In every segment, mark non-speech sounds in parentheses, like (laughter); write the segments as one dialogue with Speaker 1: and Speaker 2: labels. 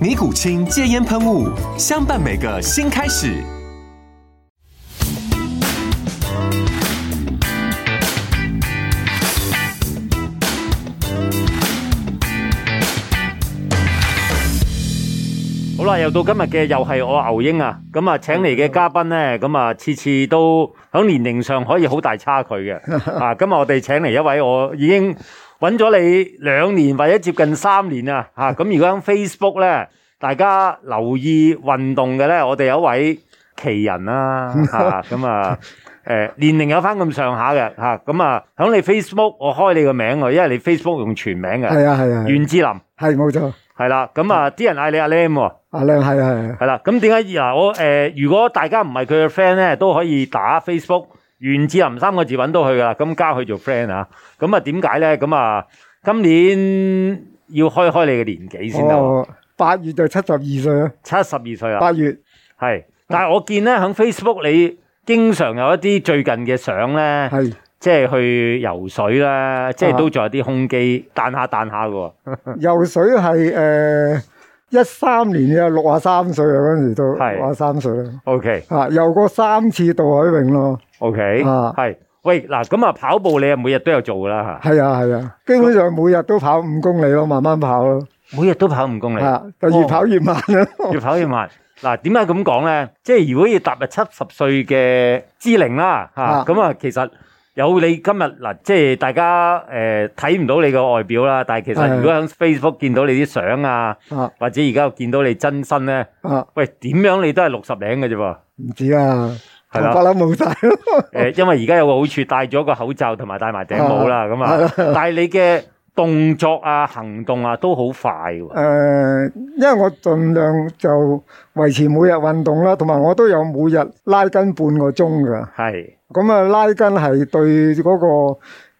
Speaker 1: 尼古清戒烟喷雾，相伴每个新开始。
Speaker 2: 好啦，又到今日嘅又係我牛英啊，咁啊請嚟嘅嘉賓咧，咁啊次次都喺年齡上可以好大差距
Speaker 3: (laughs)
Speaker 2: 嘅，啊今日我哋請嚟一位我已經揾咗你兩年或者接近三年啊，嚇咁如果喺 Facebook 咧，大家留意運動嘅咧，我哋有一位奇人啦、
Speaker 3: (laughs)
Speaker 2: 啊，嚇咁啊。誒、年齡有翻咁上下嘅嚇，咁啊喺你 Facebook 我開你個名喎，因為你 Facebook 用全名嘅，
Speaker 3: 係啊係啊，
Speaker 2: 袁志林
Speaker 3: 係冇錯，
Speaker 2: 係啦，咁啊啲人嗌你阿 Lam 喎。
Speaker 3: 阿亮係啊係啊，
Speaker 2: 係啦，咁點解嗱我誒、呃如果大家唔係佢嘅 friend 咧，都可以打 Facebook 袁志林三個字揾到佢噶啦，咁加佢做 friend 啊。咁啊點解咧？咁啊今年要開開你嘅年紀先啊得，
Speaker 3: 我哦八月就七十二歲啦，
Speaker 2: 七十二歲啦，
Speaker 3: 八月
Speaker 2: 係。但係我見咧喺 Facebook 你經常有一啲最近嘅相咧，
Speaker 3: 係
Speaker 2: 即係去游水啦，即係
Speaker 3: 啊
Speaker 2: 都仲有啲胸肌彈下彈下嘅喎。
Speaker 3: 游水係誒一三年嘅六啊三歲啊嗰陣時都
Speaker 2: 係
Speaker 3: 六啊三歲啦，
Speaker 2: OK
Speaker 3: 啊游過三次渡海泳咯，
Speaker 2: OK，
Speaker 3: 啊
Speaker 2: 係。喂，嗱咁啊跑步你啊每日都有做㗎啦嚇。
Speaker 3: 係啊係啊，基本上每日都跑五公里咯，慢慢跑咯，
Speaker 2: 每日都跑五公里，
Speaker 3: 啊就
Speaker 2: 哦
Speaker 3: 越跑越慢咯， (laughs)
Speaker 2: 越跑越慢。 (laughs) 嗱，點解咁講咧？即係如果要踏入七十歲嘅之齡啦，嚇
Speaker 3: 啊
Speaker 2: 咁啊，其實有你今日嗱，即係大家誒睇唔到你個外表啦，但係其實
Speaker 3: 係
Speaker 2: 如果喺 Facebook 見到你啲相啊，
Speaker 3: (laughs) 啊
Speaker 2: 或者而家見到你真身咧，
Speaker 3: 啊
Speaker 2: 喂，點樣你都係六十零嘅啫
Speaker 3: (laughs)
Speaker 2: 噃。
Speaker 3: 唔止啊，
Speaker 2: 係
Speaker 3: 頭
Speaker 2: 啦
Speaker 3: 髮都冇晒咯，
Speaker 2: 誒，因為而家有個好處，戴咗個口罩同埋戴埋頂帽
Speaker 3: (laughs)
Speaker 2: 啦，咁
Speaker 3: 係
Speaker 2: 啊，但係你嘅動作啊、行動啊都好快喎。
Speaker 3: 誒呃因為我盡量就維持每日運動啦，同埋我都有每日拉筋半個鐘㗎。
Speaker 2: 係
Speaker 3: 咁啊，拉筋係對嗰、個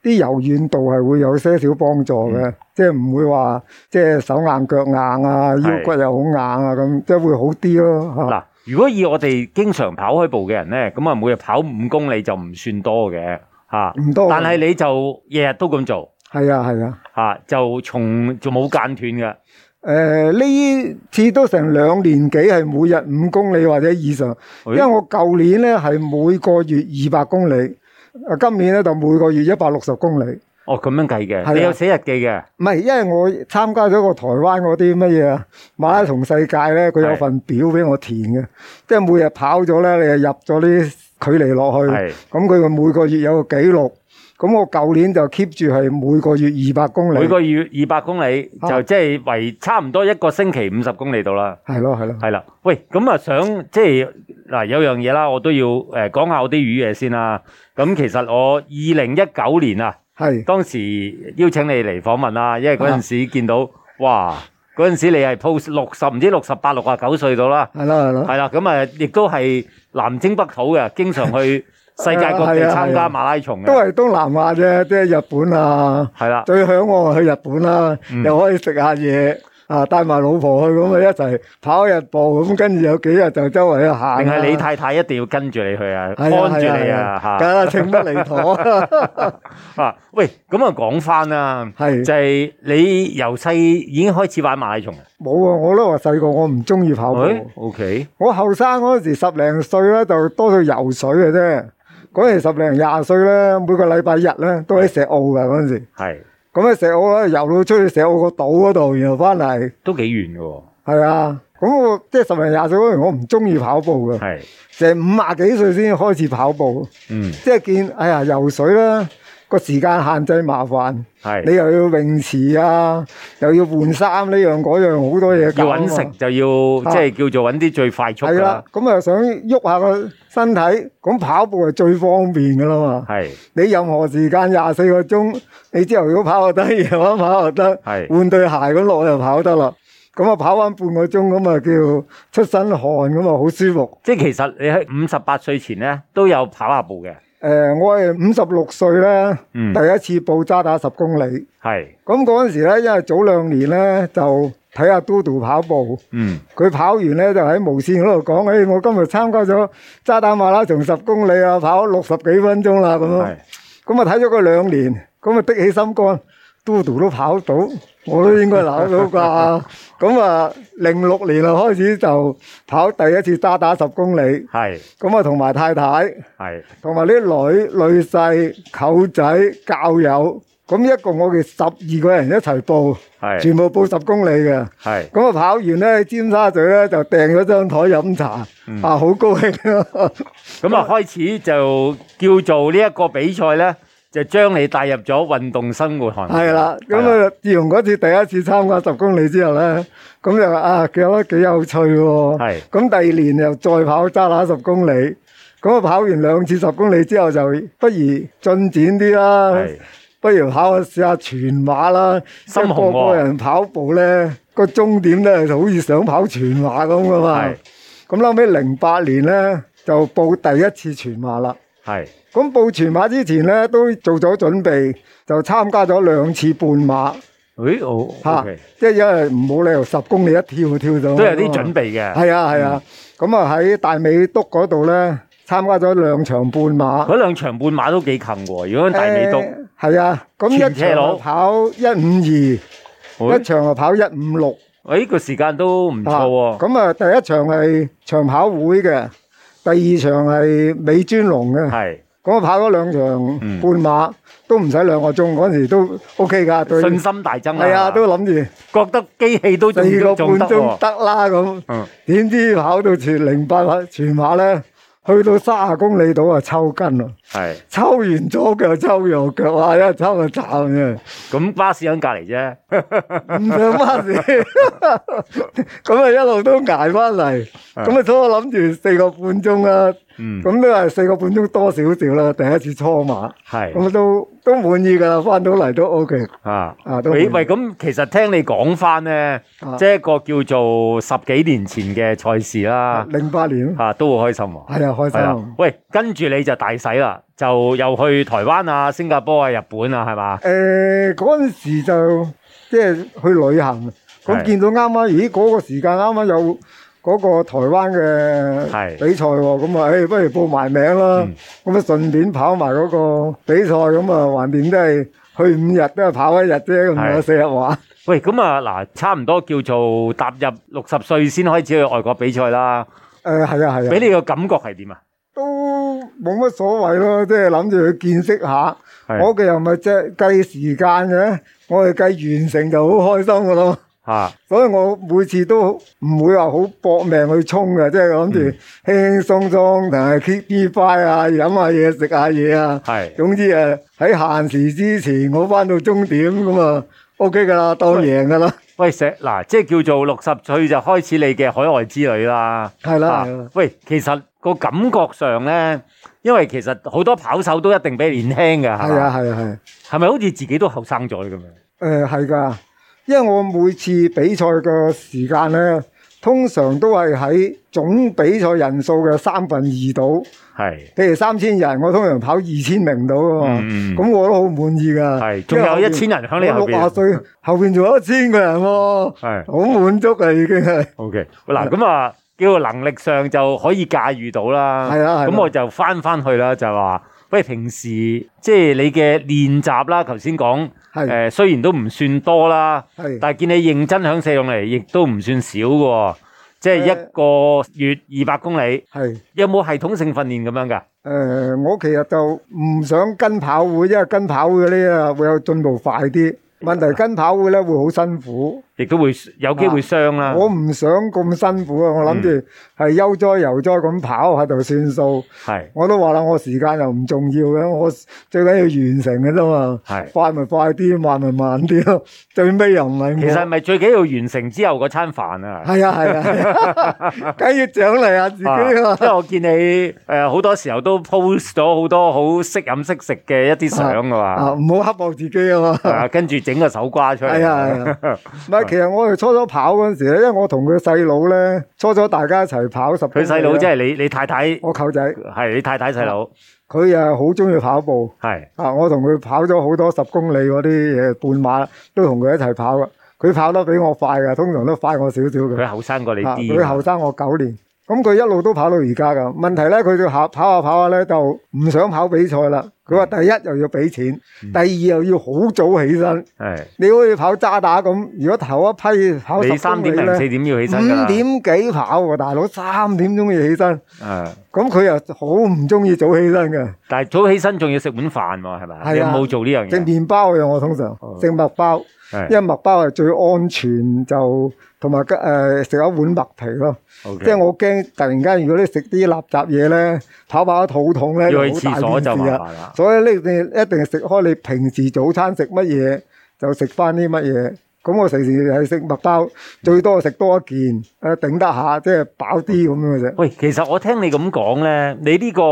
Speaker 3: 啲柔軟度係會有些少幫助嘅，
Speaker 2: 嗯
Speaker 3: 即係唔會話即係手硬腳硬啊，腰骨又好硬啊，咁即係會好啲咯嚇。
Speaker 2: 嗱，如果以我哋經常跑開步嘅人咧，咁啊每日跑五公里就唔算多嘅嚇，
Speaker 3: 唔多嘅
Speaker 2: 但係你就日日都咁做
Speaker 3: 係啊係啊，
Speaker 2: 嚇、就從就冇間斷嘅。
Speaker 3: 誒、呃呢次都成兩年幾係每日五公里或者以上，
Speaker 2: 哎
Speaker 3: 因為我舊年咧係每個月二百公里，啊今年咧就每個月一百六十公里。
Speaker 2: 哦，咁樣計
Speaker 3: 係
Speaker 2: 嘅，
Speaker 3: 啊
Speaker 2: 你有寫日記嘅，
Speaker 3: 唔係，因為我參加咗個台灣嗰啲乜嘢啊馬拉松世界咧，佢有份表俾我填嘅，即係每日跑咗咧，你就入咗啲距離落去，
Speaker 2: 係
Speaker 3: 咁佢每個月有個記錄。咁我舊年就 keep 住係每個月二百公里，
Speaker 2: 每個月二百公里，
Speaker 3: 啊
Speaker 2: 就即係為差唔多一個星期五十公里到啦。
Speaker 3: 係咯係咯，
Speaker 2: 係啦，喂，咁啊想即係嗱有樣嘢啦，我都要誒講下我啲魚嘢先啦。咁其實我二零一九年啊。
Speaker 3: 係
Speaker 2: 當時邀請你嚟訪問啦，因為嗰陣時見到，哇！嗰陣時你係 post 六十唔知六十八六啊九歲到啦，
Speaker 3: 係啦係啦，
Speaker 2: 係啦，咁啊亦都係南征北討嘅，經常去世界各地
Speaker 3: (laughs) 係啊係啊
Speaker 2: 參加馬拉松
Speaker 3: 都
Speaker 2: 嘅，
Speaker 3: 係東南亞啫，即係日本啊，
Speaker 2: 係啦，
Speaker 3: 最向往係去日本啦，
Speaker 2: 嗯
Speaker 3: 又可以食下嘢啊，帶埋老婆去咁啊一齊跑一日步，咁跟住有幾日就周圍去行啊。
Speaker 2: 定係你太太一定要跟住你去啊，
Speaker 3: 係
Speaker 2: 看
Speaker 3: 啊
Speaker 2: 住你
Speaker 3: 係
Speaker 2: 啊
Speaker 3: 梗
Speaker 2: 嚇
Speaker 3: 係請不
Speaker 2: (laughs)
Speaker 3: 離妥。
Speaker 2: 啊！喂，咁啊講翻啦，
Speaker 3: 係
Speaker 2: 就係你由細已經開始玩馬拉松啊
Speaker 3: 冇啊！我都話細個我唔中意跑步，
Speaker 2: 喂，OK，
Speaker 3: 我後生嗰陣時十零歲咧就多數游水嘅啫。嗰陣時十零廿歲咧，每個禮拜日咧都喺石澳㗎嗰陣時。
Speaker 2: 係
Speaker 3: 咁喺石澳咧游到出去石澳個島嗰度，然後翻嚟
Speaker 2: 都幾遠嘅喎，
Speaker 3: 係啊。咁我即係十零廿歲嗰陣，我唔中意跑步嘅，
Speaker 2: 係，
Speaker 3: 成五廿幾歲先開始跑步。
Speaker 2: 嗯，
Speaker 3: 即係見，哎呀，游水啦，個時間限制麻煩，
Speaker 2: 係
Speaker 3: 你又要泳池啊，又要換衫呢樣嗰樣，好多嘢
Speaker 2: 要
Speaker 3: 搞啊嘛
Speaker 2: 揾食就要即係叫做揾啲最快速
Speaker 3: 係
Speaker 2: 㗎啦
Speaker 3: 啦，，咁啊想喐下個身體，咁跑步係最方便噶啦嘛。
Speaker 2: 係
Speaker 3: 你任何時間廿四個鐘，你朝頭早跑又得，夜晚跑又得，
Speaker 2: 係
Speaker 3: 換對鞋咁落就跑得啦。咁啊跑翻半個鐘咁啊叫出身汗咁啊好舒服。
Speaker 2: 即係其實你喺五十八歲前咧都有跑下步嘅，
Speaker 3: 誒、我係五十六歲咧，
Speaker 2: 嗯
Speaker 3: 第一次報渣打十公里。
Speaker 2: 係，
Speaker 3: 咁嗰陣時咧，因為早兩年咧就睇下嘟嘟跑步，
Speaker 2: 嗯，
Speaker 3: 佢跑完咧就喺無線嗰度講：，誒、我今日參加咗渣打馬拉松十公里啊，跑六十幾分鐘啦咁樣
Speaker 2: 係。
Speaker 3: 咁啊睇咗佢兩年，咁啊的起心肝，嘟嘟都跑到，我都應該跑到啩。咁啊，零六年啊開始就跑第一次渣打十公里，
Speaker 2: 係
Speaker 3: 咁啊同埋太太。
Speaker 2: 係
Speaker 3: 同埋啲女、女婿、舅仔、教友，咁一共我哋十二個人一齊報，
Speaker 2: 係
Speaker 3: 全部報十公里嘅。
Speaker 2: 係。
Speaker 3: 咁啊跑完咧，喺尖沙咀咧就訂咗張台飲茶，啊好高興啊！
Speaker 2: 咁啊，開始就叫做呢一個比賽咧，就將你帶入咗運動生活行。
Speaker 3: 係啦，咁
Speaker 2: 係啦，
Speaker 3: 啊自從嗰次第一次參加十公里之後咧，咁就啊覺得幾有趣喎。
Speaker 2: 係
Speaker 3: 咁第二年又再跑渣打十公里，咁啊跑完兩次十公里之後就不如進展啲啦。
Speaker 2: 係
Speaker 3: 不如跑下試下全馬啦，
Speaker 2: 心紅喎
Speaker 3: 即係個個人跑步咧，個終點咧就好似想跑全馬咁噶嘛
Speaker 2: 係。
Speaker 3: 咁後尾零八年咧就報第一次全馬啦。
Speaker 2: 係
Speaker 3: 咁報全馬之前咧都做咗準備，就參加咗兩次半馬
Speaker 2: 誒，我
Speaker 3: 嚇，
Speaker 2: OK
Speaker 3: 即係因為唔冇理由十公里一跳跳到。
Speaker 2: 都有啲準。備嗯嘅。
Speaker 3: 係啊係啊，咁啊喺大美督嗰度咧參加咗兩場半馬。
Speaker 2: 嗰兩場半馬都幾近喎，如果喺大美督，
Speaker 3: 誒係啊，咁
Speaker 2: 前
Speaker 3: 一
Speaker 2: 車
Speaker 3: 場
Speaker 2: 佬
Speaker 3: 就跑一五二，一
Speaker 2: 誒
Speaker 3: 場就啊跑一五六。
Speaker 2: 誒個時間都唔
Speaker 3: 啊
Speaker 2: 錯喎。
Speaker 3: 咁啊，第一場係長跑會嘅，第二場係美專龍嘅。
Speaker 2: 係
Speaker 3: 咁我跑咗兩場
Speaker 2: 嗯
Speaker 3: 半馬，都唔使兩個鐘，嗰陣時都 OK 㗎，對。
Speaker 2: 信心大增
Speaker 3: 係啊，都諗住
Speaker 2: 覺得機器都仲
Speaker 3: 四個
Speaker 2: 仲得
Speaker 3: 半鐘
Speaker 2: 喎。
Speaker 3: 得啦咁。
Speaker 2: 嗯，
Speaker 3: 點知跑到全零八馬全馬咧，去到三十公里度啊，抽筋啦！
Speaker 2: 係。
Speaker 3: 抽完左腳，抽右腳啊，一抽就慘嘅。
Speaker 2: 咁巴士喺隔離啫。
Speaker 3: 唔想翻事， (laughs) 咁啊一路都捱翻嚟，咁啊初諗住四個半鐘啦，
Speaker 2: 嗯，
Speaker 3: 咁都係四個半鐘多少少啦，第一次初馬，
Speaker 2: 係
Speaker 3: 咁都都滿意㗎啦，翻到嚟都 OK，
Speaker 2: 啊。
Speaker 3: 啊都滿
Speaker 2: 喂
Speaker 3: 意
Speaker 2: 喂，咁其實聽你講翻咧，
Speaker 3: 啊
Speaker 2: 即係一個叫做十幾年前嘅賽事啦。
Speaker 3: 零八年
Speaker 2: 啊，都好開心喎。
Speaker 3: 係啊開
Speaker 2: 係啦
Speaker 3: 心，，
Speaker 2: 喂，跟住你就大使啦，就又去台灣啊、新加坡啊、日本啊，係嘛？
Speaker 3: 誒嗰陣時就即係去旅行，
Speaker 2: 係
Speaker 3: 咁見到啱啱，咦嗰個時間啱啱有。嗰個台灣
Speaker 2: 係
Speaker 3: 嘅比賽喎，咁啊，誒，不如報埋名啦
Speaker 2: 嗯，
Speaker 3: 咁啊，順便跑埋嗰個比賽，咁啊，橫掂都係去五日都係跑一日啫，咁啊
Speaker 2: 係
Speaker 3: 有四日玩。
Speaker 2: 喂，咁啊嗱，差唔多叫做踏入六十歲先開始去外國比賽啦，
Speaker 3: 誒，係啊，係
Speaker 2: 俾
Speaker 3: 啊，
Speaker 2: 你個感覺係點啊？
Speaker 3: 都冇乜所謂咯，即係諗住去見識下。
Speaker 2: 係
Speaker 3: 我嘅又咪即係計時間嘅，我哋計完成就好開心噶咯。
Speaker 2: 嚇，
Speaker 3: 所以我每次都唔會話好搏命去衝嘅，即係諗住
Speaker 2: 嗯
Speaker 3: 輕輕鬆鬆，同埋 keep 啲 by 啊，飲下嘢食下嘢啊。
Speaker 2: 係
Speaker 3: 總之誒喺限時之前，我翻到終點咁啊，OK 噶啦，當贏噶啦。
Speaker 2: 喂，石嗱，即係叫做六十歲就開始你嘅海外之旅啦。
Speaker 3: 係啦，
Speaker 2: 啊
Speaker 3: 係啦
Speaker 2: 喂，其實個感覺上咧，因為其實好多跑手都一定比你年輕㗎，係
Speaker 3: 係啊，
Speaker 2: 嘛？
Speaker 3: 係啊，係啊。
Speaker 2: 係咪好似自己都後生咗咁樣？
Speaker 3: 誒係㗎，因為我每次比賽嘅時間咧，通常都係喺總比賽人數嘅三分二度。
Speaker 2: 係。
Speaker 3: 譬如三千人，我通常跑二千名到㗎嘛，
Speaker 2: 嗯嗯
Speaker 3: 咁、我都好滿意㗎。
Speaker 2: 係仲有
Speaker 3: 因為後面
Speaker 2: 1000人響你後嗯邊
Speaker 3: 我六十歲後邊仲有一千個人喎、
Speaker 2: 係
Speaker 3: 好滿足啊已經係。
Speaker 2: O K，嗱咁啊，叫做能力上就可以駕馭到啦。
Speaker 3: 係啊啦係啦
Speaker 2: 咁我就翻翻去啦，就話喂，平時即係你嘅練習啦，頭先講
Speaker 3: 係
Speaker 2: 誒，雖然都唔算多啦，
Speaker 3: 係
Speaker 2: 但係見你認真響四用嚟，亦都唔算少嘅喎。即係一個月二百公里，
Speaker 3: 係
Speaker 2: 有冇系統性訓練咁樣㗎？
Speaker 3: 誒、我其實就唔想跟跑啊會，因為跟跑會嗰啲啊會有進步快啲。問題跟跑會咧會好辛苦，
Speaker 2: 亦都會有機會傷啦。
Speaker 3: 啊我唔想咁辛苦啊！我諗
Speaker 2: 嗯
Speaker 3: 住係悠哉悠哉咁跑喺度算數。
Speaker 2: 係
Speaker 3: 我都話啦，我時間又唔重要嘅，我最緊要完成嘅啫嘛。
Speaker 2: 係
Speaker 3: 快咪快啲，慢咪慢啲咯。最尾又唔係我
Speaker 2: 其實係咪最緊要完成之後嗰餐飯啊？
Speaker 3: 係啊係啊係
Speaker 2: (laughs)
Speaker 3: 啊，梗要獎勵下自己
Speaker 2: 啊
Speaker 3: 啊
Speaker 2: 因為我見你誒好多時候都 post 咗好多好識飲識食嘅一啲相噶嘛，
Speaker 3: 啊！唔好刻薄自己啊嘛。
Speaker 2: 啊跟住整個手瓜出嚟。
Speaker 3: 係啊係啊，唔係其實我哋初初跑嗰陣時咧，因為我同佢細佬咧，初初大家一齊跑十公
Speaker 2: 佢
Speaker 3: 里啊。啊
Speaker 2: 細佬即係你你太太，
Speaker 3: 我舅仔，
Speaker 2: 係你太太細佬，
Speaker 3: 佢又係好中意跑步。
Speaker 2: 係
Speaker 3: 啊！我同佢跑咗好多十公里嗰啲嘢半馬，都同佢一齊跑噶。啊佢跑得比我快噶，通常都快我少少嘅。
Speaker 2: 佢後生過你
Speaker 3: 啊
Speaker 2: 啲
Speaker 3: 佢後
Speaker 2: 啊。
Speaker 3: 生我九年，咁佢一路都跑到而家噶。問題咧，佢就跑跑下跑下咧，就唔想跑比賽啦。佢話第一又要俾錢，
Speaker 2: 嗯
Speaker 3: 第二又要好早起身。
Speaker 2: 係
Speaker 3: 你好似跑渣打咁，如果頭一批跑
Speaker 2: 你
Speaker 3: 十
Speaker 2: 三
Speaker 3: 公里
Speaker 2: 點零四
Speaker 3: 咧，
Speaker 2: 點要起身㗎啦。
Speaker 3: 五點幾跑喎，大佬三點鐘要起身，
Speaker 2: 啊
Speaker 3: 咁佢又好唔中意早起身嘅。
Speaker 2: 但係早起身仲要食碗飯喎，係咪
Speaker 3: 係啊
Speaker 2: 啊？你有冇做呢樣
Speaker 3: 食
Speaker 2: 嘢？
Speaker 3: 麵包嘅我通常
Speaker 2: 哦
Speaker 3: 食麥包，
Speaker 2: 係
Speaker 3: 因為麥包係最安全就同埋誒食一碗麥皮咯。
Speaker 2: OK
Speaker 3: 即係我驚突然間如果你食啲垃圾嘢咧，跑跑肚痛咧，
Speaker 2: 要去
Speaker 3: 好
Speaker 2: 廁
Speaker 3: 大
Speaker 2: 所就
Speaker 3: 件
Speaker 2: 麻
Speaker 3: 事
Speaker 2: 煩
Speaker 3: 啊！
Speaker 2: 啦。
Speaker 3: 所以你你一定食開你平時早餐食乜嘢，就食翻啲乜嘢。咁我成時係食麥包，最多食多一件，誒頂得下，即係飽啲咁樣嘅啫。
Speaker 2: 喂，其實我聽你咁講咧，你呢個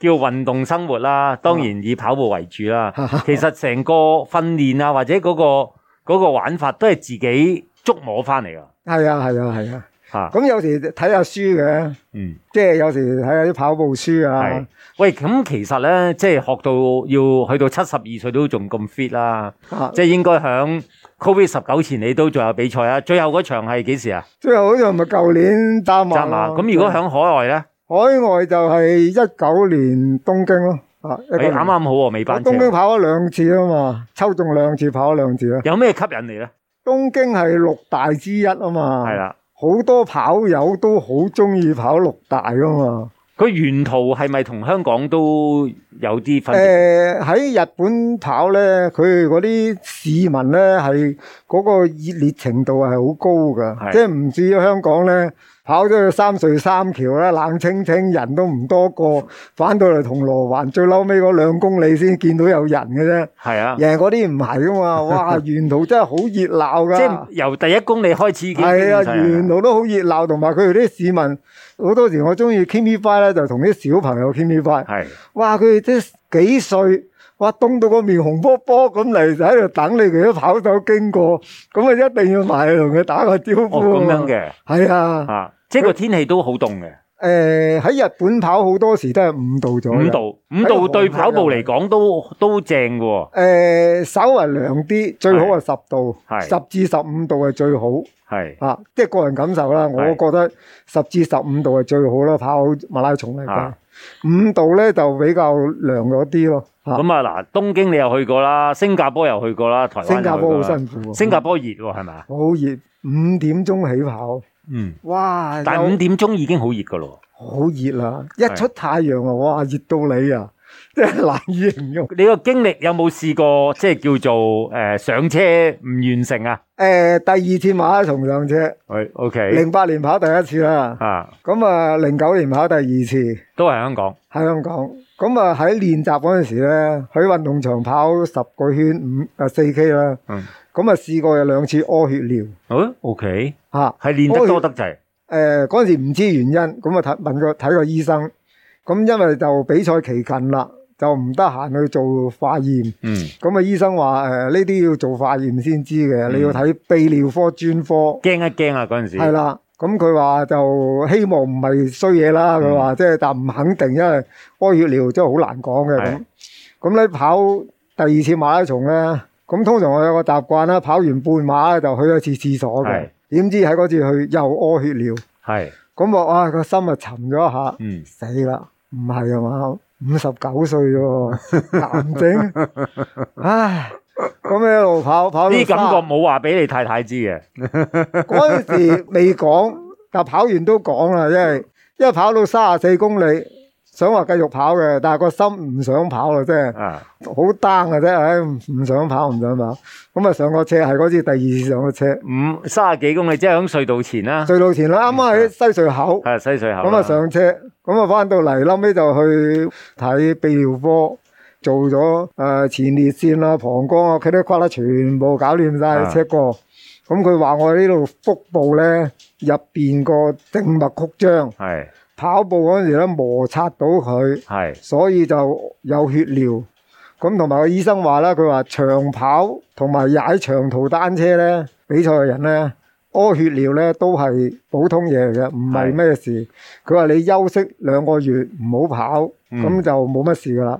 Speaker 2: 叫運動生活啦，當然以跑步為主
Speaker 3: 啊
Speaker 2: 啦。其實成個訓練啊，或者嗰、個嗰個玩法都係自己捉摸翻嚟噶
Speaker 3: 係啊，係啊，係啊。
Speaker 2: 嚇。
Speaker 3: 咁有時睇下書嘅，
Speaker 2: 嗯，
Speaker 3: 即係有時睇下啲跑步書啊
Speaker 2: 係。。喂，咁其實咧，即係學到要去到七十二歲都仲咁 fit 啦，
Speaker 3: 啊
Speaker 2: 即係應該響 Covid 十九前你都仲有比賽啊。最後嗰場係幾時啊？
Speaker 3: 最後好似係咪舊年打馬
Speaker 2: 扎馬。咁如果響海外咧，
Speaker 3: 海外就係一九年東京咯，啊，一
Speaker 2: 你
Speaker 3: 九
Speaker 2: 哎啱啱好喎，尾
Speaker 3: 我
Speaker 2: 班車
Speaker 3: 東。京跑咗兩次啊嘛，抽中兩次跑咗兩次啊。
Speaker 2: 有咩吸引你咧？
Speaker 3: 東京係六大之一啊嘛，
Speaker 2: 係，啦，
Speaker 3: 好多跑友都好中意跑六大噶嘛。
Speaker 2: 佢沿途係咪同香港都有啲分別？
Speaker 3: 誒喺日本跑咧，佢嗰啲市民咧係嗰個熱烈程度係好高㗎，
Speaker 2: 係
Speaker 3: 即係唔至於香港咧跑咗去三隧三橋啦，冷清清人都唔多個，翻到嚟銅鑼灣最嬲尾嗰兩公里先見到有人嘅啫，
Speaker 2: 係啊，
Speaker 3: 贏嗰啲唔係
Speaker 2: (laughs)
Speaker 3: 㗎嘛，哇！沿途真係好熱鬧㗎，
Speaker 2: 即係由第一公里開始已經
Speaker 3: 啊係
Speaker 2: 經
Speaker 3: 啊，
Speaker 2: 濟
Speaker 3: 沿路都好熱鬧，同埋佢哋啲市民好多時我中意 Kimi Bike 咧，就同啲小朋友 Kimi Bike。
Speaker 2: 係
Speaker 3: 哇！佢哋都幾歲，哇凍到個面紅卜卜咁嚟，就喺度等你哋啲跑手經過，咁啊一定要埋去同佢打個招呼。啊
Speaker 2: 哦咁樣，嘅
Speaker 3: 係啊，
Speaker 2: 啊，即係個天氣都好凍嘅，
Speaker 3: 誒喺日本跑好多時都係五度咗嘅，
Speaker 2: 五度五
Speaker 3: 哎
Speaker 2: 度對跑
Speaker 3: 啊
Speaker 2: 步嚟講都都正嘅喎，
Speaker 3: 誒稍為涼啲，最好係十度，
Speaker 2: 係
Speaker 3: 十至十五度係最好
Speaker 2: 係
Speaker 3: 啊！即係個人感受啦，我
Speaker 2: 係
Speaker 3: 覺得十至十五度係最好啦，跑馬拉松嚟講
Speaker 2: 啊，
Speaker 3: 五度咧就比較涼咗啲咯。啊
Speaker 2: 咁啊嗱，東京你又去過啦，新加坡又去過啦，台灣又
Speaker 3: 新
Speaker 2: 去過
Speaker 3: 加
Speaker 2: 啦
Speaker 3: 坡好辛苦喎，
Speaker 2: 新加坡熱喎係咪啊？
Speaker 3: 好熱，五點鐘起跑，
Speaker 2: 嗯，
Speaker 3: 哇！
Speaker 2: 但係五點鐘已經好熱㗎咯。
Speaker 3: 又好熱啦，一出太陽啊，哇！熱到你啊， (laughs) 真係難以形容。誒、
Speaker 2: 你個經歷有冇試過即係叫做誒、呃上車唔完成啊？
Speaker 3: 第二次馬拉松上車，
Speaker 2: 喂，OK，
Speaker 3: 零八年跑第一次啦，
Speaker 2: 啊，
Speaker 3: 咁啊零九年跑第二次喺
Speaker 2: 都係香港，
Speaker 3: 香港。咁啊喺練習嗰陣時咧，喺運動場跑十個圈五啊四 K 啦，
Speaker 2: 嗯，
Speaker 3: 咁啊試過有兩次屙血尿
Speaker 2: 哦，OK，
Speaker 3: 嚇。
Speaker 2: 係練得多得滯，
Speaker 3: 誒嗰陣時唔知原因，咁啊睇問個睇個醫生，咁因為就比賽期近啦，就唔得閒去做化驗，
Speaker 2: 嗯，
Speaker 3: 咁啊醫生話誒呢啲要做化驗先知嘅，你要睇泌尿科專科，
Speaker 2: 驚一驚啊嗰陣時，
Speaker 3: 係啦。咁佢話就希望唔係衰嘢
Speaker 2: 嗯
Speaker 3: 啦，佢話即係但唔肯定，因為屙血尿真係好難講嘅咁
Speaker 2: 係。
Speaker 3: 咁咧跑第二次馬拉松咧，咁通常我有個習慣啦，跑完半馬呢就去一次廁所嘅
Speaker 2: 係，
Speaker 3: 點知喺嗰次去又屙血尿。
Speaker 2: 係，
Speaker 3: 咁我啊個心啊沉咗一下，
Speaker 2: 嗯，
Speaker 3: 死啦！唔係啊嘛，五十九歲喎，癌
Speaker 2: (laughs)
Speaker 3: 症，唉！咁一路跑跑到
Speaker 2: 呢感覺
Speaker 3: 三
Speaker 2: 冇話俾你太太知嘅，
Speaker 3: 嗰陣時未講，但跑完都講啦，因為因為跑到三十四公里，想話繼續跑嘅，但係個心唔想跑啦，即係
Speaker 2: 啊，
Speaker 3: 好 down 嘅啫，唉，唔唔想跑，唔想跑。咁啊上個車係嗰次第二次上個車，
Speaker 2: 五三十幾公里，即係喺隧道前啦，
Speaker 3: 隧道前啦，啱啱喺西隧口，
Speaker 2: 係西隧口啦。
Speaker 3: 咁啊上車，咁啊翻到嚟，臨尾就去睇泌尿科。做咗誒、呃前列腺啦、膀胱啊、佢啲骨啦，全部搞掂晒
Speaker 2: 啊
Speaker 3: check 過。咁佢話我呢度腹部咧入邊個靜脈曲張，
Speaker 2: 係
Speaker 3: 跑步嗰陣時咧摩擦到佢，
Speaker 2: 係
Speaker 3: 所以就有血尿。咁同埋個醫生話啦，佢話長跑同埋踩長途單車咧，比賽嘅人咧屙血尿咧都係普通嘢嚟嘅，唔係咩事。佢話你休息兩個月唔好跑，咁、
Speaker 2: 嗯
Speaker 3: 就冇乜事噶啦。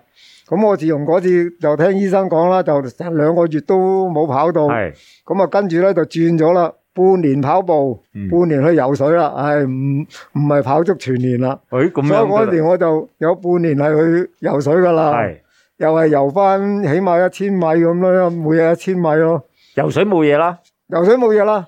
Speaker 3: 咁我自從嗰次就聽醫生講啦，就成兩個月都冇跑到。
Speaker 2: 係
Speaker 3: 咁啊，跟住咧就轉咗啦，半年跑步，
Speaker 2: 嗯
Speaker 3: 半年去游水啦，唉，唔唔係跑足全年啦。
Speaker 2: 誒咁
Speaker 3: 所以
Speaker 2: 樣
Speaker 3: 嗰
Speaker 2: 都
Speaker 3: 陣時我就有半年係去游水噶啦，
Speaker 2: 係
Speaker 3: 又係游翻起碼一千米咁咯，每日一千米咯。
Speaker 2: 游水冇嘢啦，
Speaker 3: 游水冇嘢啦，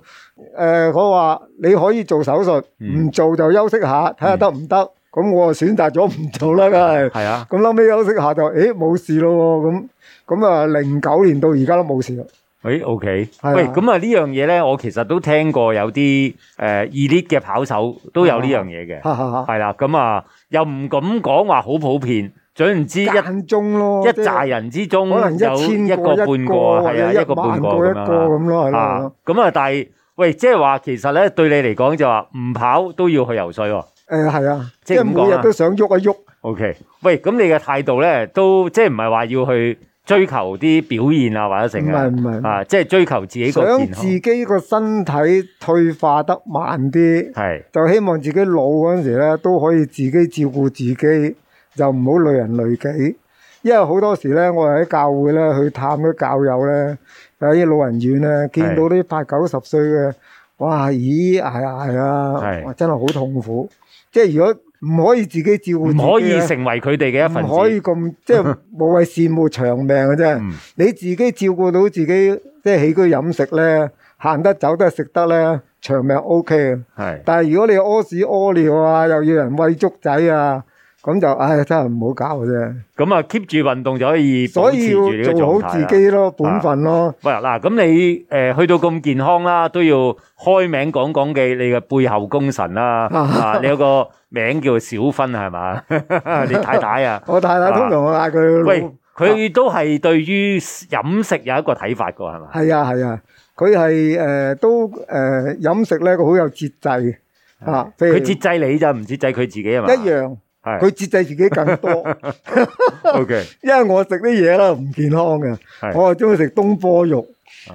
Speaker 3: 誒、我話你可以做手術，唔、
Speaker 2: 嗯
Speaker 3: 做就休息下，睇下得唔得。咁、我就選擇咗唔做啦，梗係。
Speaker 2: 係啊，
Speaker 3: 咁後尾休息下就，誒冇事咯喎，咁咁啊，零九年到而家都冇事啦。
Speaker 2: 誒 OK，
Speaker 3: 係啊
Speaker 2: 喂，咁啊呢樣嘢咧，我其實都聽過有啲誒 elite 嘅跑手都有呢樣嘢嘅，
Speaker 3: 哈哈哈，
Speaker 2: 係啦，咁啊又唔敢講話好普遍，總言之一
Speaker 3: 間中咯，
Speaker 2: 一
Speaker 3: 即係
Speaker 2: 扎人之中
Speaker 3: 可能一
Speaker 2: 有
Speaker 3: 千
Speaker 2: 一個
Speaker 3: 個
Speaker 2: 半個
Speaker 3: 一個
Speaker 2: 係啊，
Speaker 3: 或者
Speaker 2: 一個半
Speaker 3: 萬
Speaker 2: 個
Speaker 3: 個
Speaker 2: 咁
Speaker 3: 一
Speaker 2: 樣啦。
Speaker 3: 個咁咯，係
Speaker 2: 啊
Speaker 3: 咯。，
Speaker 2: 咁啊，但係喂，即係話其實咧對你嚟講就話唔跑都要去游水喎。
Speaker 3: 誒係啊，
Speaker 2: 即
Speaker 3: 即
Speaker 2: 係
Speaker 3: 係
Speaker 2: 咁講
Speaker 3: 每
Speaker 2: 啊
Speaker 3: 日都想喐一喐。
Speaker 2: OK，喂，咁你嘅態度咧都即係唔係話要去追求啲表現啊或者
Speaker 3: 唔
Speaker 2: 成
Speaker 3: 係
Speaker 2: 啊，
Speaker 3: 唔係，
Speaker 2: 啊，即係追求自己個
Speaker 3: 想
Speaker 2: 健康
Speaker 3: 自己個身體退化得慢啲，
Speaker 2: 係
Speaker 3: 就希望自己啊老嗰陣時咧都可以自己照顧自己，就唔好累人累己。因為好多時咧，我哋喺教會咧去探啲教友咧，喺老人院咧見到啲八九十歲嘅，哇咦捱捱啊
Speaker 2: 係，
Speaker 3: 哇真係好痛苦。即係如果唔可以自己照顧
Speaker 2: 唔
Speaker 3: 自己
Speaker 2: 可以
Speaker 3: 呢
Speaker 2: 成為佢哋嘅一份
Speaker 3: 唔可以
Speaker 2: 子。
Speaker 3: 咁即係無謂羨慕長命嘅啫。
Speaker 2: 嗯
Speaker 3: 你自己照顧到自己，即係起居飲食咧，行得走得食得咧，長命 O K 嘅。
Speaker 2: 係
Speaker 3: 但係如果你屙屎屙尿啊，又要人喂粥仔啊，咁就唉真係唔好搞嘅啫。
Speaker 2: 咁啊，keep 住運動就可以保
Speaker 3: 所
Speaker 2: 持
Speaker 3: 以
Speaker 2: 住呢個
Speaker 3: 要做
Speaker 2: 狀
Speaker 3: 好
Speaker 2: 態啊
Speaker 3: 自
Speaker 2: 啦。
Speaker 3: 己咯，本分咯。
Speaker 2: 喂，嗱，咁你誒去到咁健康啦，都要開名講講嘅你嘅背後功臣啦，啊，你有個名叫小芬係
Speaker 3: (laughs)
Speaker 2: 嘛？你太太啊，
Speaker 3: 我太太通常我嗌佢
Speaker 2: 喂
Speaker 3: 老，
Speaker 2: 佢都係對於飲食有一個睇法㗎係嘛？
Speaker 3: 係啊係啊，佢係誒都誒飲食咧，佢好有節制啊。譬如
Speaker 2: 佢節制你就唔節制佢自己係嘛？
Speaker 3: 一樣，
Speaker 2: 係，
Speaker 3: 佢節制自己更
Speaker 2: (laughs)
Speaker 3: 多。
Speaker 2: O K
Speaker 3: 因為我食啲嘢啦唔健康嘅，
Speaker 2: 係
Speaker 3: 我係啊中意食東坡肉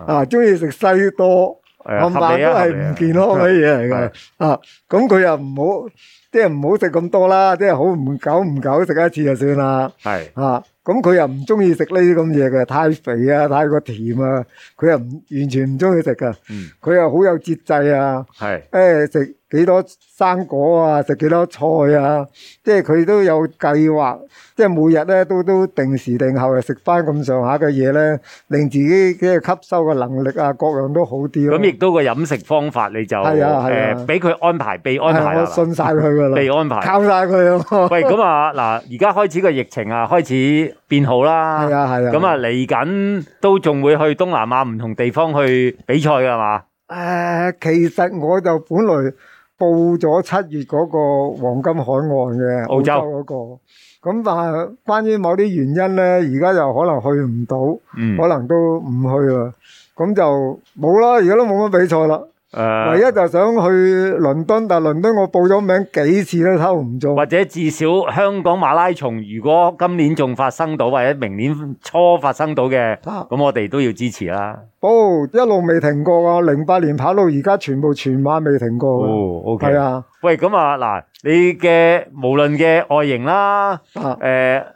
Speaker 2: 啊
Speaker 3: 啊，中意食西多，
Speaker 2: 誒
Speaker 3: 冚
Speaker 2: 合
Speaker 3: 唪
Speaker 2: 理
Speaker 3: 唥
Speaker 2: 啊
Speaker 3: 都
Speaker 2: 合
Speaker 3: 係
Speaker 2: 理啊
Speaker 3: 唔健康嘅嘢嚟嘅啊。咁佢又唔好，即係唔好食咁多啦，即係好唔久唔久食一次就算啦
Speaker 2: 係
Speaker 3: 啊。咁佢又唔中意食呢啲咁嘢嘅，太肥啊，太過甜啊，佢又唔完全唔中意食噶
Speaker 2: 嗯。
Speaker 3: 佢又好有節制啊，
Speaker 2: 係
Speaker 3: 誒食幾多生果啊，食幾多菜啊，即係佢都有計劃，即係每日咧都都定時定候啊食翻咁上下嘅嘢咧，令自己嘅吸收嘅能力啊，各樣都好啲咯。
Speaker 2: 咁亦都個飲食方法你就
Speaker 3: 係啊係啊
Speaker 2: 誒俾佢安排被安排
Speaker 3: 係我
Speaker 2: 啦，係嘛
Speaker 3: 信晒佢噶
Speaker 2: 被
Speaker 3: 啦，
Speaker 2: 安排。
Speaker 3: 靠晒佢
Speaker 2: (laughs)
Speaker 3: 啊！
Speaker 2: 喂，咁啊，嗱，而家開始個疫情啊，開始變好啦。
Speaker 3: 係啊係啊
Speaker 2: 咁啊，嚟緊都仲會去東南亞唔同地方去比賽噶嘛？
Speaker 3: 誒、其實我就本來報咗七月嗰個黃金海岸嘅
Speaker 2: 澳洲
Speaker 3: 嗰、個，咁但係關於某啲原因咧，而家又可能去唔到。
Speaker 2: 嗯
Speaker 3: 可能都唔去啦。咁就冇啦，而家都冇乜比賽啦。唯
Speaker 2: 誒，
Speaker 3: 一就想去倫敦，但係倫敦我報咗名幾次都抽唔中。
Speaker 2: 或者至少香港馬拉松，如果今年仲發生到，或者明年初發生到嘅，
Speaker 3: 啊
Speaker 2: 咁我哋都要支持啦。
Speaker 3: 哦，一路未停過啊！零八年跑到而家，全部全馬未停過㗎。
Speaker 2: 哦，OK。
Speaker 3: 係啊，
Speaker 2: 喂，咁啊，嗱，你嘅無論嘅外形啦，
Speaker 3: 啊
Speaker 2: 誒、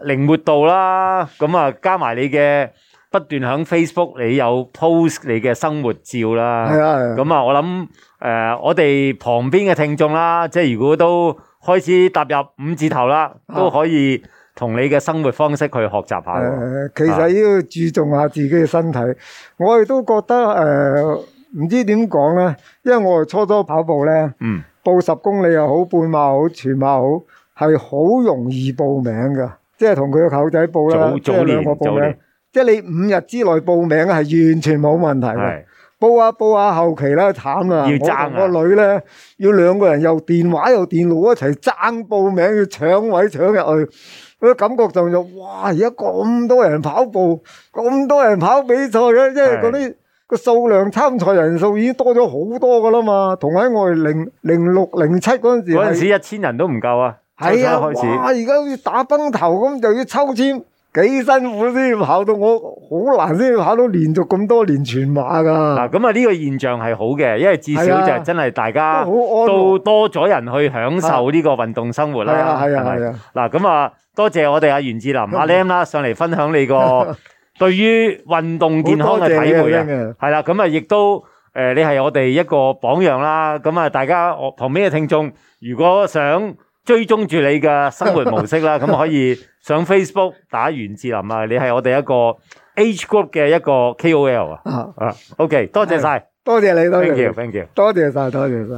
Speaker 2: 靈活度啦，咁啊加埋你嘅不斷喺 Facebook 你有 post 你嘅生活照啦，
Speaker 3: 係啊係啊
Speaker 2: 咁啊我諗誒、我哋旁邊嘅聽眾啦，即係如果都開始踏入五字頭啦，
Speaker 3: 啊
Speaker 2: 都可以同你嘅生活方式去學習下
Speaker 3: 誒、
Speaker 2: 喎，
Speaker 3: 其
Speaker 2: 啊
Speaker 3: 實要注重下自己嘅身體。我亦都覺得誒，呃唔、知點講咧，因為我初初跑步咧，
Speaker 2: 嗯，
Speaker 3: 報十公里又好，半馬又好，全馬又好，係好容易報名嘅，即係同佢個舅仔報啦，
Speaker 2: 早
Speaker 3: 即
Speaker 2: 早
Speaker 3: 係兩
Speaker 2: 年早
Speaker 3: 個報名
Speaker 2: 年，
Speaker 3: 即係你五日之內報名係完全冇問題嘅。
Speaker 2: 係
Speaker 3: 報下報下啊後期啦，慘啦！
Speaker 2: 要爭啊
Speaker 3: 我同個女咧，要兩個人又電話又電腦一齊爭報名，要搶位搶入去。嗰感覺上就哇！而家咁多人跑步，咁多人跑比賽嘅，即係
Speaker 2: 係
Speaker 3: 嗰啲個數量參賽人數已經多咗好多噶啦嘛。同喺我哋零零六零七嗰陣時
Speaker 2: 嗰陣
Speaker 3: 係
Speaker 2: 時一千人都唔夠啊，
Speaker 3: 係啊，
Speaker 2: 初初
Speaker 3: 哇！
Speaker 2: 開始
Speaker 3: 而家好似打崩頭咁，就要抽籤，幾辛苦先跑到我好難先跑到連續咁多年全馬
Speaker 2: 嗱，
Speaker 3: 㗎，
Speaker 2: 咁啊呢個現象係好嘅，因為至少
Speaker 3: 係啊
Speaker 2: 就係真係大家
Speaker 3: 都好安
Speaker 2: 都
Speaker 3: 樂啊
Speaker 2: 多咗人去享受呢個運動生活啦。
Speaker 3: 係啊係
Speaker 2: 係
Speaker 3: 啊
Speaker 2: 咪
Speaker 3: 係啊！
Speaker 2: 嗱，咁啊，多謝我哋阿袁志林、阿 Lam 啦，上嚟分享你
Speaker 3: (laughs)
Speaker 2: 個對於運動健康嘅體
Speaker 3: 好多
Speaker 2: 會
Speaker 3: 謝
Speaker 2: 啊
Speaker 3: 你啊，
Speaker 2: 係啦，咁啊，亦都誒，你係我哋一個榜樣啦。咁啊，大家我旁邊嘅聽眾，如果想追蹤住你嘅生活模式
Speaker 3: (laughs)
Speaker 2: 啦，咁可以上 Facebook 打袁志林啊，你係我哋一個 Age Group 嘅一個 KOL 啊。
Speaker 3: 啊！
Speaker 2: 啊，OK，多謝晒
Speaker 3: 多謝你，多謝
Speaker 2: ，thank
Speaker 3: 你
Speaker 2: you，thank you。
Speaker 3: 多謝晒，多謝晒。